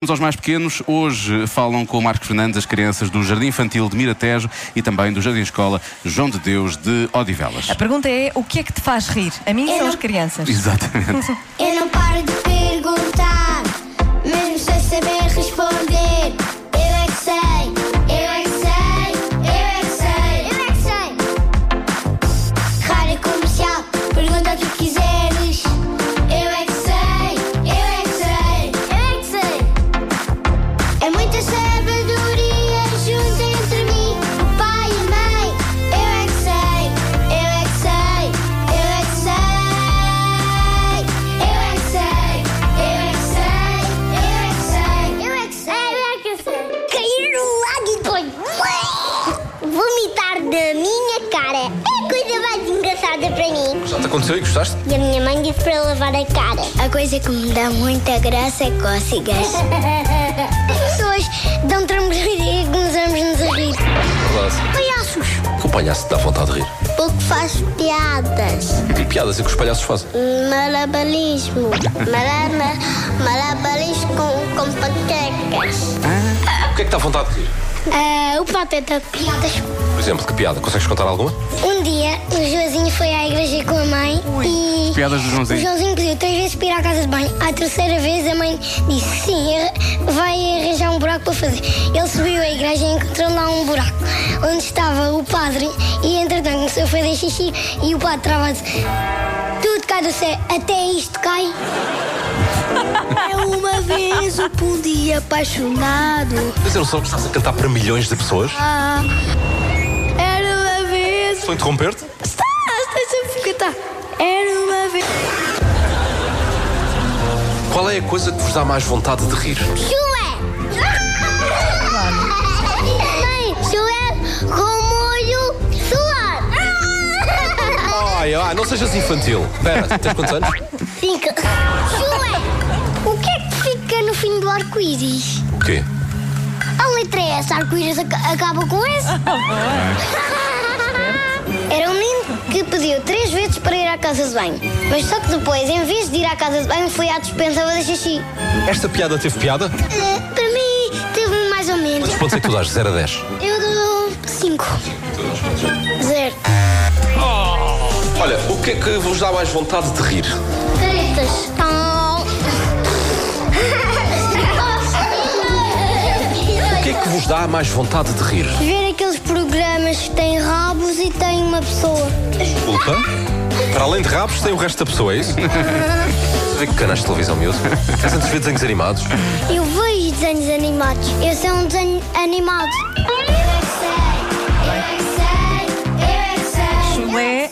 Vamos aos mais pequenos. Hoje falam com o Marcos Fernandes as crianças do Jardim Infantil de Miratejo e também do Jardim Escola João de Deus de Odivelas. A pergunta é: o que é que te faz rir? A mim são Eu não- as crianças. Exatamente. Eu não paro de perguntar, mesmo sem saber responder. Eu é que sei, eu é que sei, eu é que sei, eu é que sei. Rádio comercial, pergunta o que quiseres. Eu é que sei, eu é que sei, eu é que sei. É muita sabedoria junta entre mim, o pai e a mãe. Eu é que sei, eu é que sei, eu é que sei. Eu é que sei, eu é que sei, eu é que sei, eu é que sei, eu é que sei. Cair no lago e depois vomitar da minha cara é a coisa mais engraçada para mim. Já te aconteceu e gostaste? E a minha mãe diz para eu lavar a cara. A coisa que me dá muita graça é cócegas. As pessoas dão tramos e começamos-nos a rir. Verdade. Palhaços! Que o palhaço te dá vontade de rir. Pouco faz piadas. E piadas é que os palhaços fazem. Malabarismo. Marama, malabarismo com, com patecas. O que é que dá vontade de rir? Ah, o pateta. Piadas. Por exemplo, que piada? Consegues contar alguma? Um dia, o Joãozinho foi à igreja com a mãe e. Piadas do O Joãozinho. Joãozinho pediu três vezes para ir à casa de banho. À terceira vez a mãe disse sim, ar- vai arranjar um buraco para fazer. Ele subiu à igreja e encontrou lá um buraco onde estava o padre e entretanto começou a fazer xixi e o padre trava-se. Tudo cai do céu, até isto cai. Uma vez o pudim apaixonado. Mas eu não sou que estás a cantar para milhões de pessoas. Ah, era uma vez. Estou a interromper-te? Estás, deixa-me cantar. Era uma vez. Qual é a coisa que vos dá mais vontade de rir? Chulé! Mãe, chulé com molho suado. Ai, ai, não sejas infantil. Espera, tens quantos anos? Cinco. Chulé! O que é que fica no fim do arco-íris? O quê? A letra é essa, arco-íris aca- acaba com esse. Era um menino que pediu três vezes para ir à casa de banho. Mas só que depois, em vez de ir à casa de banho, foi à dispensa fazer xixi. Esta piada teve piada? para mim, teve mais ou menos. Quantos pontos é que tu dás? 0 a 10. Eu dou cinco. Zero. Olha, o que é que vos dá mais vontade de rir? Tretas. O que é que vos dá mais vontade de rir? Ver aqueles programas que têm rabos e tem uma pessoa. Desculpa. Para além de rabos, tem o resto da pessoa, é isso? Vê que canais de televisão miúdo. Queres antes ver desenhos animados? Eu vejo desenhos animados. Esse é um desenho animado. Eu é que sei, eu é que sei, eu é que sei. é Chulé,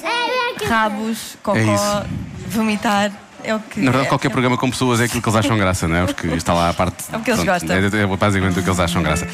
rabos, cocó, É isso. vomitar. É o que. Na verdade, é- qualquer programa com pessoas é aquilo que eles acham graça, não é? Porque está lá a parte. É o que eles pronto, gostam. É, é basicamente o que eles acham graça.